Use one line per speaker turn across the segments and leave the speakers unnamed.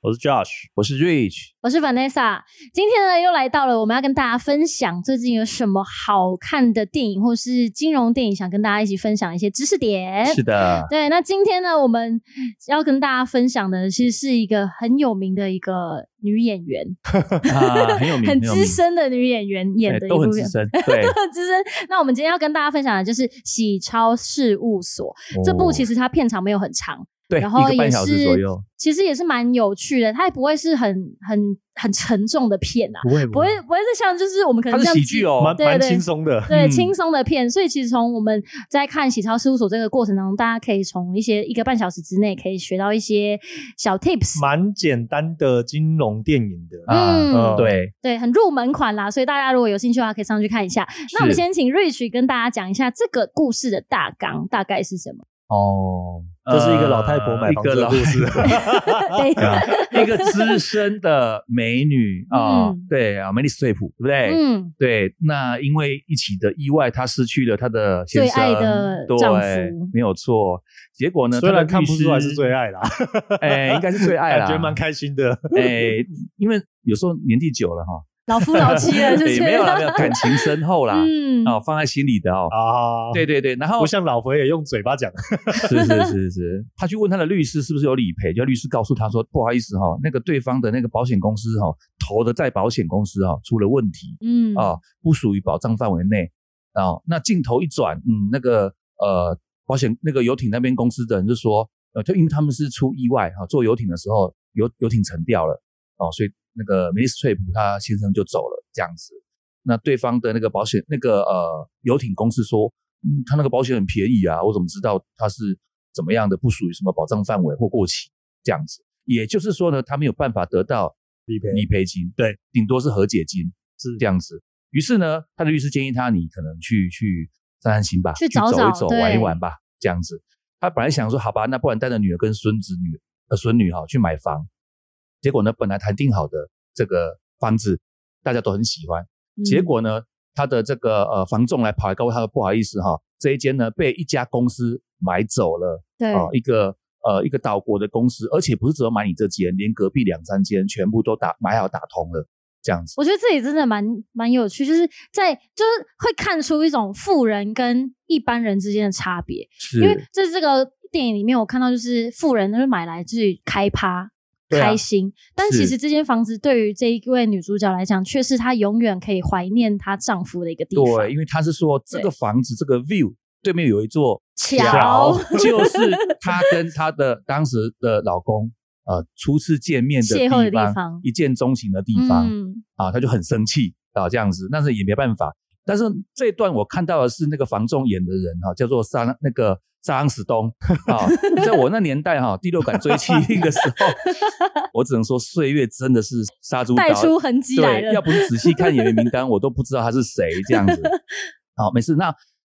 我是 Josh，我是 Rich，
我是 Vanessa，今天呢又来到了我们要跟大家分享最近有什么好看的电影或是金融电影，想跟大家一起分享一些知识点。
是的，
对，那今天呢，我们要跟大家分享的其实是一个很有名的一个女演员，
啊，很有名，
很
有
资
名，
深的女演员演的
对
一
哎都
部
很
片
资 深，对，
很资深。那我们今天要跟大家分享的就是《喜超事务所》这部，其
实
实它片长没有很长，
对，
然后
一个
也
半小时
是
左右，
其实也是蛮有趣的，它也不会是很很很沉重的片啊，
不会
不会，不会是像就是我们可
嗯它
能
是
像
喜剧
哦，
哦，
蛮
对
蛮
对
轻松的。
对
嗯
轻松的片，所以其实从我们在看《喜超事务所》这个过程当中，大家可以从一些一个半小时之内可以学到一些小 tips，
蛮简单的金融电影的。
啊，
嗯
对，
对，很入门款啦，所以大家如果有兴趣的话，可以上去看一下。那我们
是
先请 Rich 跟大家讲一下这个故事的大纲大概是什么？
哦，
这是一个老太婆买
呃一
房
个
子的
老
故事，
对，
啊一个资深的美女 啊
嗯，
对啊，梅丽史翠普，对不对？
嗯，
对，那因为一起的意外，她失去了她的先生
最爱的
对
丈夫
没有错。结果呢，
虽然
她的
看
律
不出来是
师
最，爱啦，
哎，应该是最爱啦，
感觉蛮开心 的。
哎，因为有时候年纪久了哈，
老夫老妻 了，是不
对，
是？
没有啦，没有感情深厚啦，
嗯，
哦，放在心里的哦。
啊，
对，对对，然后
不像老佛爷用嘴巴讲，
是是是是，他去问他的律师是不是有理赔，就律师告诉他说，不好意思哈、那个对方的那个保险公司哈、投的在保险公司哈、出了问题
嗯，
啊、不属于保障范围内啊、那镜头一转，嗯，那个呃保险那个游艇那边公司的人就说，呃，就因为他们是出意外哈、哦坐游艇的时候游游艇沉掉了哦、所以那个梅丽斯翠普他先生就走了这样子。那对方的那个保险那个呃游艇公司说，嗯，他那个保险很便宜啊，我怎么知道他是怎么样的，不属于什么保障范围或过期这样子。也就是说呢，他没有办法得到
理赔
理赔金，
对，
顶多是和解金
是
这样子。于是呢，他的律师建议他，你可能去去散散心吧，
去找
走一
找
走，
对
玩一玩吧，这样子。他本来想说，好吧，那不然带着女儿跟孙子女呃孙女哈、去买房，结果呢，本来谈定好的这个房子大家都很喜欢，
嗯
结果呢，他的这个呃房仲来跑来告诉他不好意思哈、这一间呢被一家公司买走了
对，
哦、一个呃一个岛国的公司，而且不是只有买你这间，连隔壁两三间全部都打买好打通了，这样子。
我觉得这里真的蛮蛮有趣，就是在就是会看出一种富人跟一般人之间的差别，
是
因为在这个电影里面我看到，就是富人他就买来自己开趴。
对啊
开心，但其
是
实这间房子对于这一位女主角来讲，却是她永远可以怀念她丈夫的一个地方。
对，因为他是说这个房子这个 view 对面有一座
桥
就是她跟她的当时的老公呃初次见面的
邂逅的地
方，
方
一见钟情的地方。
嗯，
啊，他就很生气啊，这样子，但是也没办法。但是这一段我看到的是那个房仲演的人哈、啊，叫做沙那个沙朗史东啊，在我那年代哈、第六感追妻那个时候，我只能说岁月真的是杀猪
带
刀，
出痕迹来
对，要
了。
不是仔细看演员名单，我都不知道他是谁这样子。好，没事。那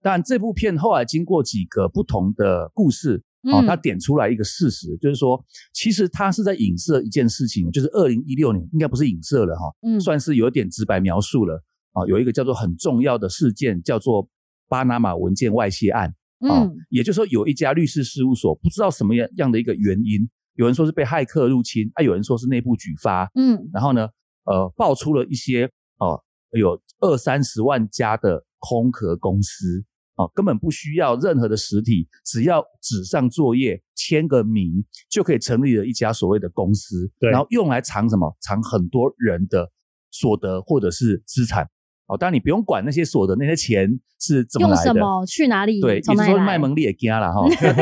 当然，这部片后来经过几个不同的故事，哦，
嗯
他点出来一个事实，就是说，其实他是在影射一件事情，就是二零一六年，应该不是影射了哈、
嗯
算是有点直白描述了啊、有一个叫做很重要的事件，叫做巴拿马文件外泄案啊、
嗯
也就是说，有一家律师事务所不知道什么样样的一个原因，有人说是被骇客入侵，啊，有人说是内部举发，
嗯，
然后呢，呃，爆出了一些哦、有二三十万家的空壳公司哦、根本不需要任何的实体，只要纸上作业签个名就可以成立了一家所谓的公司，
对
然后用来藏什么？藏很多人的所得或者是资产哦。当然你不用管那些所得那些钱是怎么
用
来的，
什么去哪里？
对，也
从
就
哪
是
里
说
来？
卖萌力也 加了哈，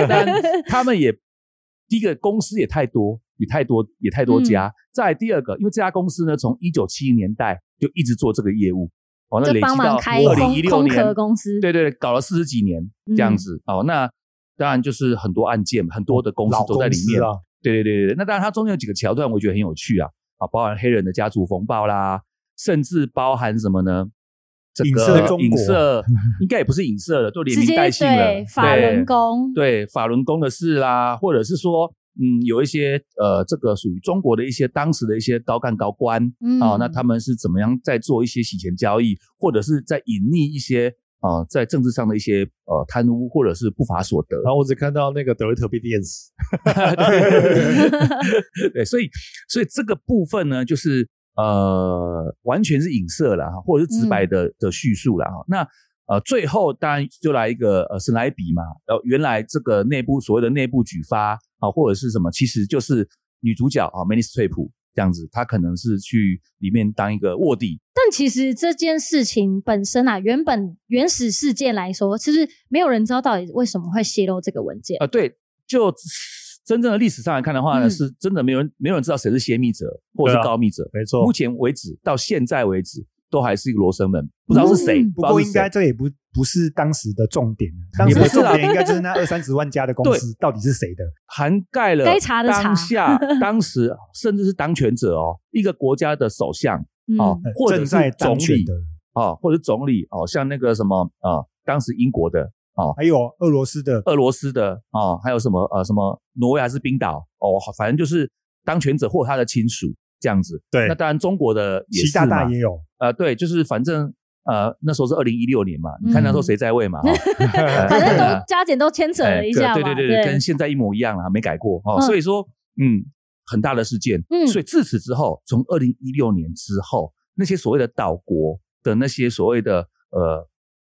但他们也第一个公司也太多，也太多，也
嗯
太多家。再来第二个，因为这家公司呢，从一九七零年代就一直做这个业务，哦，那
就
累积
帮忙
到
开
二零
空
一六
空
年，
壳公嗯司。
对对对，搞了四十几年这样子、哦，那当然就是很多案件，很多的公司
老
都在
公
里
司
面。
啊，
对对对对，对那当然它中间有几个桥段，我觉得很有趣啊。啊，包含黑人的家族风暴啦，甚至包含什么呢？这
影
个
射中国
影射应该也不是影射了，都连
直
名
接
带姓了
对，法轮
对
功，
对法轮功的事啦，或者是说，嗯，有一些呃，这个属于中国的一些当时的一些高干高官
嗯
啊、那他们是怎么样在做一些洗钱交易，或者是在隐匿一些啊、呃在政治上的一些呃贪污或者是不法所得。
然后我只看到那个德瑞特被电 死，
对，所以所以这个部分呢，就是呃，完全是影射了哈，或者是直
嗯
白的、的叙述了哈。那呃，最后当然就来一个呃神来笔嘛，呃，原来这个内部所谓的内部举发啊，或者是什么，其实就是女主角啊 m a n i s t r a p 这样子，她可能是去里面当一个卧底，
但其实这件事情本身啊，原本原始事件来说，其实没有人知道到底为什么会泄露这个文件。
啊，对，就真正的历史上来看的话呢，
嗯
是真的没有人没有人知道谁是泄密者或
对
者是
啊
告密者。
没错
目。前为止到现在为止都还是一个罗生门，不知道是谁，
嗯
不
知道
过
是
应该
谁
这也不不是当时的重点，当时
也
的
不是
重
啊
点应该就是那二三十万家的公 司到底是谁的。
涵盖了
该查的查
当下当时甚至是当权者哦，一个国家的首相
嗯，
哦，或者
哎正在
是总
当
理
选的，
哦，或者是总理哦，像那个什么啊、呃当时英国的、
还有俄罗斯的，
俄罗斯的哦，还有什么呃什么挪威还是冰岛哦，反正就是当权者或他的亲属这样子。
对
那当然中国的也
习
是
大
嘛
大也 有，
呃，对，就是反正呃那时候是二零一六年嘛，你看那
嗯
时候谁在位嘛，哈呃
反正 都加减都牵扯了一下
哎
嘛，
对对对对，跟现在一模一样啊，没改过哦。
嗯
所以说，嗯，很大的事件。
嗯
所以自此之后，从二零一六年之后，那些所谓的岛国的那些所谓的呃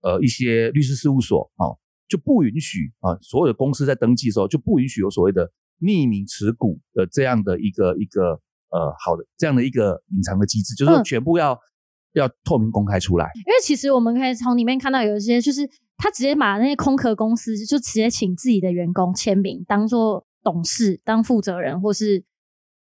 呃一些律师事务所哦，就不允许啊，所有的公司在登记的时候就不允许有所谓的匿名持股的这样的一个一个呃好的这样的一个隐藏的机制，就是说
嗯
全部要、要透明公开出来。
因为其实我们可以从里面看到有一些，就是他直接把那些空壳公司就直接请自己的员工签名，当做董事、当负责人，或是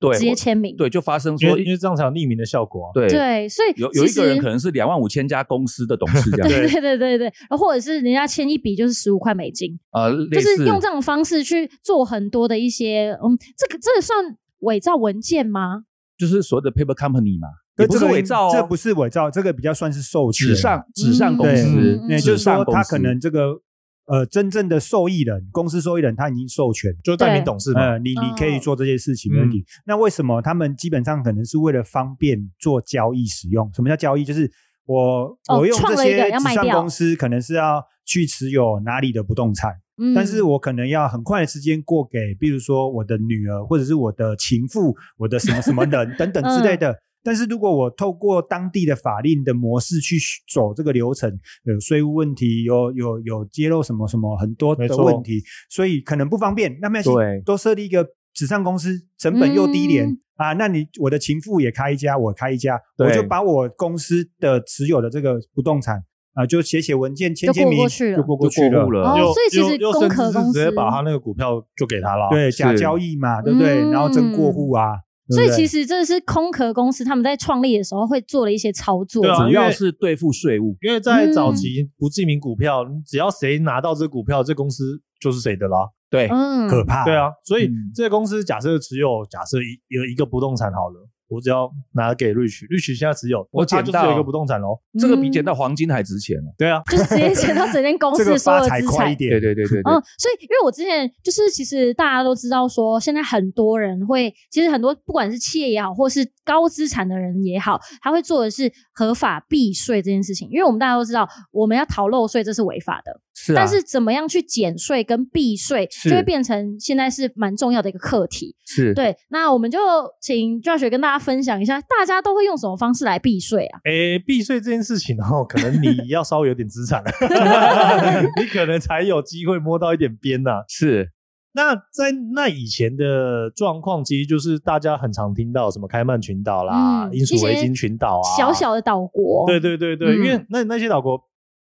对
直接
我
签名。
对，就发生
因
说
为因为这样才有匿名的效果啊。
对。
对所以
有有一
其
个人
实
可能是两万五千家公司的董事这样，
对 对对对对，然后或者是人家签一笔就是十五块美金，
呃，
就
类似
是用这种方式去做很多的一些，嗯，这个这个算伪造文件吗？
就是所谓的 paper company 嘛，也不
可
是
这个
伪造、哦，
这不是伪造，这个比较算是授权
纸上纸上公
对
司
嗯，
那也
嗯纸
就是
上
说，
公
他
司
可能这个呃，真正的受益人，公司受益人他已经授权，
就是代名董事嘛，嗯
呃，你你
哦
可以做这些事情，没问题。那为什么他们基本上可能是为了方便做交易使用？什么叫交易？就是我
哦
我用这
创了一个
些
要
纸
卖
上
掉
公司，可能是要去持有哪里的不动产，
嗯，
但是我可能要很快的时间过给，比如说我的女儿，或者是我的情妇，我的什么什么人等等之类
嗯
的。但是如果我透过当地的法令的模式去走这个流程，呃有税务问题，有有有揭露什么什么很多
没
的
错
问题，所以可能不方便。那没关系
对，
多设立一个纸上公司，成本又低廉、
嗯
啊。那你我的情妇也开一家，我开一家，我
对
就把我公司的持有的这个不动产啊，就写写文件，签
就
签
过
名
过去了
就过过
就
去
过
了
户。了
哦
又
所以其实
又又
公
甚
可
至
公
是直接
司
把他那个股票就给他了。
对，假
是
交易嘛，对不对？然后真过户啊，对不
嗯所以
对
其实这是空壳公司他们在创立的时候会做了一些操作，
对啊
主
因
要
为
是对付税务。
因为在早期
嗯
不记名股票，你只要谁拿到这股票，这公司就是谁的啦。
对，
嗯，
可怕。
对，啊，所以
嗯
这个公司假设持有假设一有一个不动产好了，我只要拿给 Rich，Rich 现在持有，
我
他
捡
就是
到
有一个不动产喽。
这个比捡到黄金还值钱了。
对啊，
就是直接签到整间公
这
司
个
所有
发
的
财
哦资
快
产
一。点
对。对对对对
嗯，，所以因为我之前就是，其实大家都知道说，现在很多人会，其实很多不管是企业也好，或是高资产的人也好，他会做的是合法避税这件事情。因为我们大家都知道，我们要逃漏税这是违法的，
是啊，
但是怎么样去减税跟避税，
是
就会变成现在是蛮重要的一个课题。
是
对，那我们就请 Josh 跟大家分享一下，大家都会用什么方式来避税啊？
诶，避税这件事情哦，可能你要稍微有点资产， 你可能才有机会摸到一点边呐、
是，
那在那以前的状况，其实就是大家很常听到什么开曼群岛啦、
嗯
英属维
一些
京群岛啊，
小小的岛国，
对对对对，
嗯
因为那那些岛国，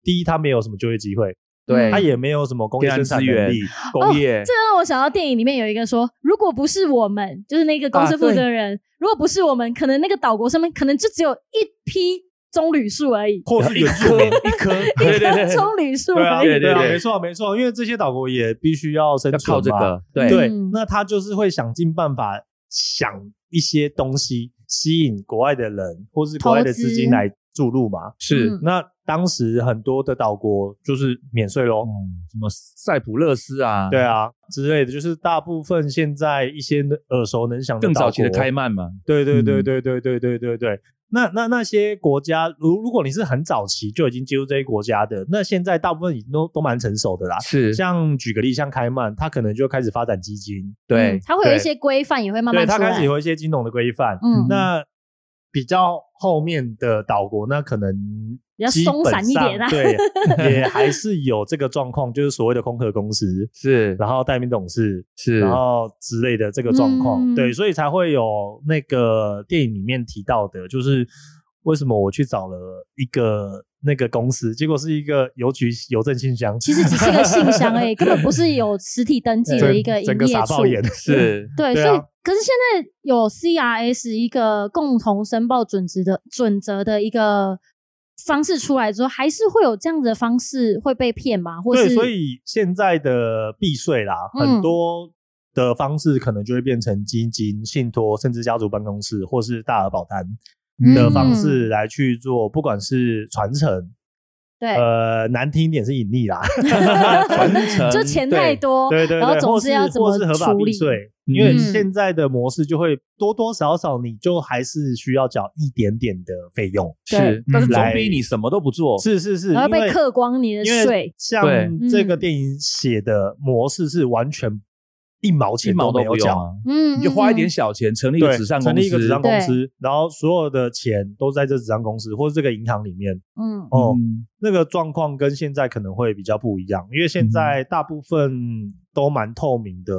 第一它没有什么就业机会，
对，
它也没有什么工业生产能力，
工业
这让我想到电影里面有一个说，如果不是我们，就是那个
啊
公司负责人，如果不是我们，可能那个岛国上面可能就只有一批棕榈树 而已，
或是
一
原住
颗
民。
一颗，
一棵
对对对，
棕榈树
对啊，
而已。嗯
对
对啊，没错没错，因为这些岛国也必须要生
要
存
靠这
嘛
个，对
对
嗯，
那他就是会想尽办法想一些东西，吸引国外的人或是国外的资金来注入嘛。
是
嗯
那当时很多的岛国就是免税喽，
嗯，什么塞浦勒斯啊，
对，啊之类的，就是大部分现在一些耳熟能详的
更
岛
早期的
国
开曼嘛，
对对对
嗯
对对对对对对。那那那些国家，如如果你是很早期就已经进入这些国家的，那现在大部分已经都都蛮成熟的啦。
是，
像举个例，像开曼，他可能就开始发展基金，
对，
它会有一
对
些规范，也会慢慢
对他
出来。
开始有一些金融的规范。
嗯，
那比较后面的岛国，那可能
比较松散一点啊
基本上对，也还是有这个状况，就是所谓的空壳公司，
是
然后代名董事，
是，
然后之类的这个状况，
嗯
对，所以才会有那个电影里面提到的，就是为什么我去找了一个那个公司，结果是一个邮局邮政信箱，
其实只是个信箱而已，根本不是有实体登记的一个营
整个
业
傻
处
爆。 眼，
是
对，
对
所
啊
以可是现在有 CRS 一个共同申报准则的准则的一个方式出来之后，还是会有这样子的方式会被骗吗？或
对，
是
所以现在的避税啦，
嗯
很多的方式可能就会变成基金、信托，甚至家族办公室或是大额保单
嗯
的方式来去做，不管是传承，
对，
呃，难听一点是隐匿啦，
传承
就钱太多，
对对对，
哦然后总
或
是要怎
或
么
是合法
处
避
理？
税，因为
嗯
现在的模式就会多多少少你就还是需要缴一点点的费用，
是
对，
但是总
来
比你什么都不做
是是是，
然后
因为
被刻光你的
因为
税，
像
对
这个
嗯
电影写的模式是完全一毛
一
钱
毛
都
都
没有
不用
缴，
啊，
嗯，
你就
嗯
花一点
嗯
小钱成立一
对
个纸上公司，
成立一个纸上公
对
司，然后所有的钱都在这纸上公司或者这个银行里面
嗯，
哦。
嗯
那个状况跟现在可能会比较不一样，因为现在大部分都蛮透明的，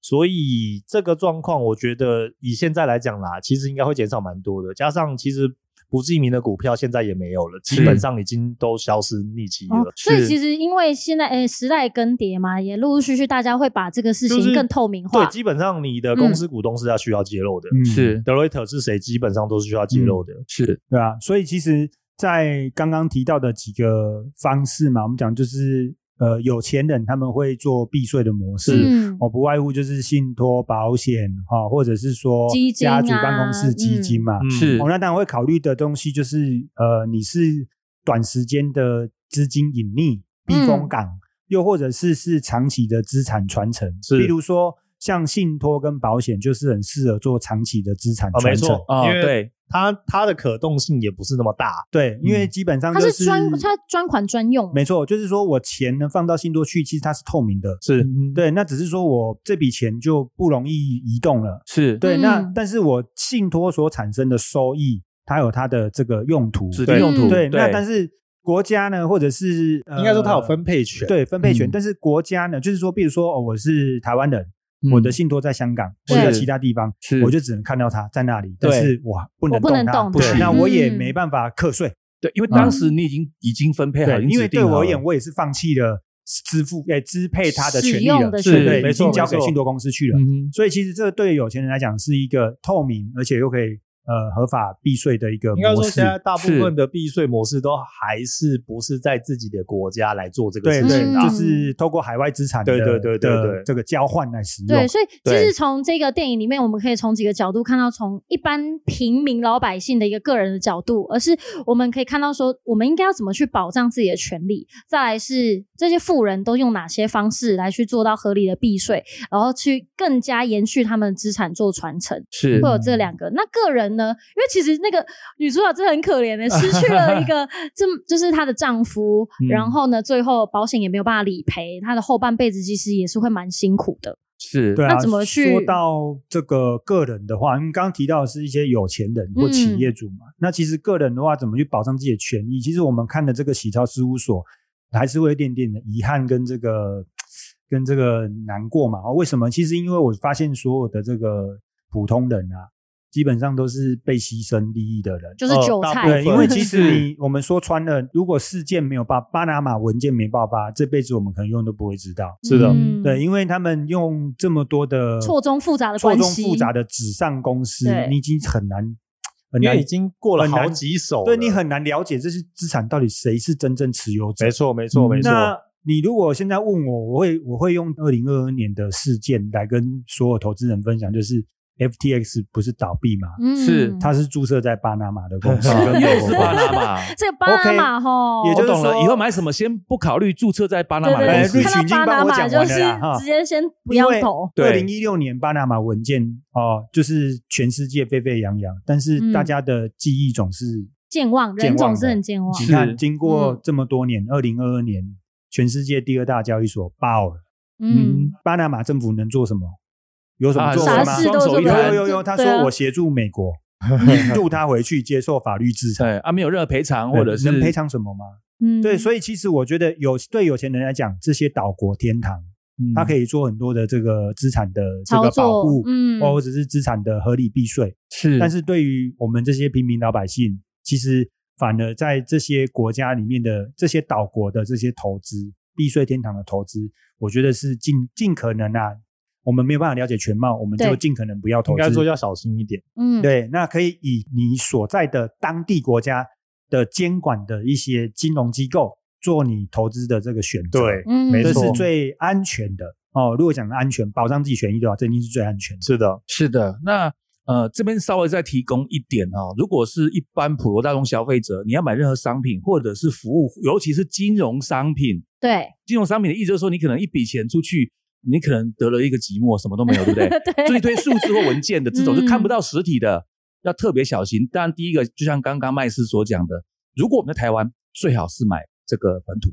所以这个状况我觉得以现在来讲啦，其实应该会减少蛮多的。加上其实不记名的股票现在也没有了，基
是
本上已经都消失匿迹了。
哦，所以
是
其实因为现在诶时代更迭嘛，也陆陆续续大家会把这个事
就
情
是
更透明化
对，。基本上你的
嗯
公司股东是要需要揭露的。
嗯
是
德瑞特是谁，基本上都是需要揭露的。
嗯
是
对啊，所以其实，在刚刚提到的几个方式嘛，我们讲就是呃，有钱人他们会做避税的模式，
嗯，
哦，不外乎就是信托、保险哈、哦，或者是说
基金
家
啊
族办公室基金嘛。
嗯
是
哦，那当然会考虑的东西就是呃，你是短时间的资金隐匿、避风
嗯
港，又或者是是长期的资产传承，
是
比如说像信托跟保险就是很适合做长期的资产
哦，
传
没
承。
错，
啊，
因为
对，
它它的可动性也不是那么大。
对，因为
嗯
基本上
它
就是
专它专款专用，
没错，就是说我钱呢放到信托去，其实它是透明的，
是
嗯对。那只是说我这笔钱就不容易移动了，
是
对。
嗯
那但是我信托所产生的收益，它有它的这个用途，
指定
对
用途，
对。那但
是
是国家呢，或者是、呃
应该说它有分配权
对分配权，
嗯
但是国家呢，就是说，比如说、哦、我是台湾人，我的信托在香港或
对
者在其他地方，
嗯是
我就只能看到它在那里，但
对
是我不能
我不能
它，
动
不
它
行，那我也
嗯
没办法课税。
对，因为当时你已经已经分配
嗯
好，
对，
已经
因为
指定
对我
好
而
了
言，我也是放弃了支付诶支配他的权
使
利
用
了，
的
是
权利
对，
没
已
错
经交
没
给
错嗯
信托公司去了。
嗯哼
所以其实这对有钱人来讲是一个透明而且又可以呃合法避税的一个
应该
模
说，
式
现。在大部
是
分的避税模式都还是不是在自己的国家来做这个
对
事
对
情啊
嗯，
啦。
就是透过海外资产的
对对对对
的
对
这个交换来使用
对，。所以其
对
实从这个电影里面，我们可以从几个角度看到，从一般平民老百姓的一个个人的角度，而是我们可以看到说，我们应该要怎么去保障自己的权利，再来是这些富人都用哪些方式来去做到合理的避税，然后去更加延续他们的资产做传承。
是
会有这两个。那个人呢？因为其实那个女主角真的很可怜的、失去了一个这就是她的丈夫，
嗯
然后呢，最后保险也没有办法理赔，她的后半辈子其实也是会蛮辛苦的。
是
对啊，
那怎么去
说到这个个人的话，因为刚刚提到的是一些有钱人或企
嗯
业主嘛，那其实个人的话，怎么去保障自己的权益？其实我们看的这个喜超事务所，还是会有一点点的遗憾跟这个跟这个难过嘛。哦为什么？其实因为我发现所有的这个普通人啊，基本上都是被牺牲利益的人，
就是
哦
韭
大
菜，
部
对，
分
因为其实你我们说穿了，如果事件没有爆，巴拿马文件没爆发，这辈子我们可能永远都不会知道。
是的
嗯
对，因为他们用这么多的
错综复杂的
错
关
综
系
复杂的纸上公司
对，
你已经很难很
因
难
为已经过了
很难
好几手了，
对你很难了解这些资产到底谁是真正持有者
没。错没错
嗯
没错，
那你如果现在问我，我会我会用二零二二年的事件来跟所有投资人分享，就是 FTX 不是倒闭吗？
嗯
是
它是注册在巴拿马的 公司，
啊
跟
又
美
是
国
巴拿马。
这个巴拿马吼，
也
我
就是
懂了，
说
以后买什么先不考虑注册在巴拿
对
马的公
对
司
对，
瑞
看
士
到巴拿马就是直接先不要投，
二
对
零一六年巴拿马文件哦，就是全世界沸沸扬扬，但
嗯
是大家的记忆总是，
健忘，人总是嗯很健忘，
你看
是
经过这么多年，二零二二年全世界第二大交易所爆了，
嗯，
巴拿马政府能做什么？有什么
啊
作
啥
为
是
吗？
事都
双手
做
一
不
有
摊
了
有有有，他
对啊
说我协助美 国引渡他回去接受法律制裁，
对啊，没有任何赔偿 或者是
能赔偿什么吗？
嗯，
对，所
以
以其实我觉得有对有钱人来讲，这些岛国天堂，
嗯
它可
以
以做很多的这个资产的这
嗯操
个
作
保护，
嗯
哦或者是资产的合理避税。
是，
但是对于我们这些平民老百姓，其实反而在这些国家里面的这些岛国的这些投资，避税天堂的投资，我觉得是尽尽可能啊，我们没有办法了解全貌，我们就
对
尽可能不要投
应
资。
该说要小心一点。
嗯，
对，那可以以你所在的当地国家的监管的一些金融机构做你投资的这个选择，
对
嗯，
没
这
错
是最安全的哦。如果讲安全，保障自己权益的话，这一定是最安全的。
是的，
是的，那呃，这边稍微再提供一点哦，如果是一般普罗大众消费者，你要买任何商品或者是服务，尤其是金融商品，
对
金融商品的意思就是说，你可能一笔钱出去，你可能得了一个寂寞，什么都没有，对不对？就 一
对，
堆数字或文件的这种
嗯
是看不到实体的，要特别小心。当然，第一个就像刚刚麦斯所讲的，如果我们在台湾，最好是买这个本土，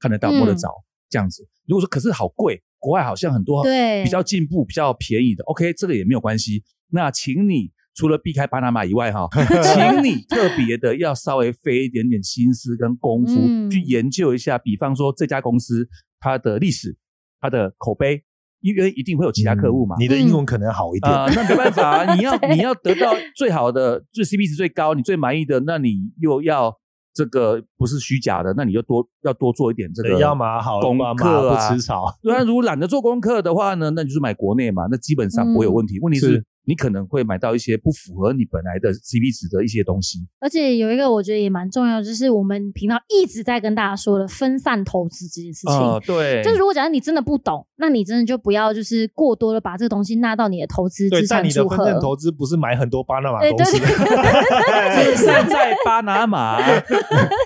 看得到、摸得
嗯
着这样子。如果说可是好贵，国外好像很多
对
比较进步、比较便宜的，OK，这个也没有关系。那请你除了避开巴拿马以 外，哈，请你特别的要稍微费一点点心思跟功夫、
嗯
去研究一下，比方说这家公司它的历史、它的口碑，因为一定会有其他客户嘛。
嗯你的英文可能好一点。
啊、那没办 法、啊，你要
对
你要得到最好的，最 CP 值最高，你最满意的，那你又要这个不是虚假的，那你就多要多做一点这个。
对要马好，
功
要马
课啊
不吃草。
那如果懒得做功课的话呢，那你就是买国内嘛，那基本上不会有问题。问题是
是
你可能会买到一些不符合你本来的 CP 值的一些东西。
而且有一个我觉得也蛮重要，就是我们频道一直在跟大家说的分散投资这件事情。
啊，对
就是如果假如你真的不懂，那你真的就不要就是过多的把这个东西纳到你的投资
对
资，
但
产
你的
组
分
合。
散投资不是买很多巴拿马
对
公司
对，对
分散哎在巴拿马，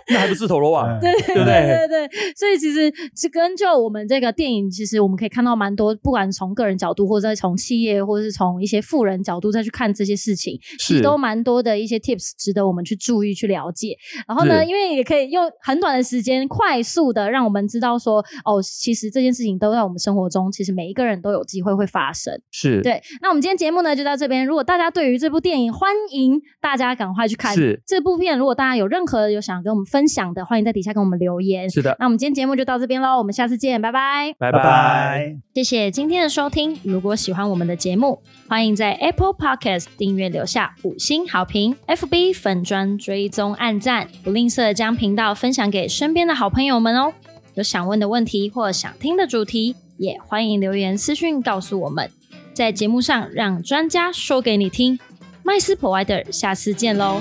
那还不是陀螺网？
啊
对
对不对？
对对对，所以其实是跟就我们这个电影，其实我们可以看到蛮多，不管从个人角度，或者从企业，或者是从一些富人角度再去看这些事情，其实
是
都蛮多的一些 tips 值得我们去注意去了解。然后呢，
是
因为也可以用很短的时间，快速的让我们知道说，哦，其实这件事情都在我们生活中，其实每一个人都有机会会发生。
是，
对，那我们今天节目呢就到这边。如果大家对于这部电影，欢迎大家赶快去看。
是
这部片，如果大家有任何有想跟我们分享的，欢迎在底下跟我们留言。
是的，
那我们今天节目就到这边喽，我们下次见，拜拜！
拜
拜拜。
谢谢今天的收听。如果喜欢我们的节目，欢迎在 Apple Podcast 订阅留下五星好评，FB 粉砖追踪按赞，不吝啬将频道分享给身边的好朋友们哦。有想问的问题或想听的主题，也欢迎留言私讯告诉我们，在节目上让专家说给你听。麦斯 Provider，下次见喽！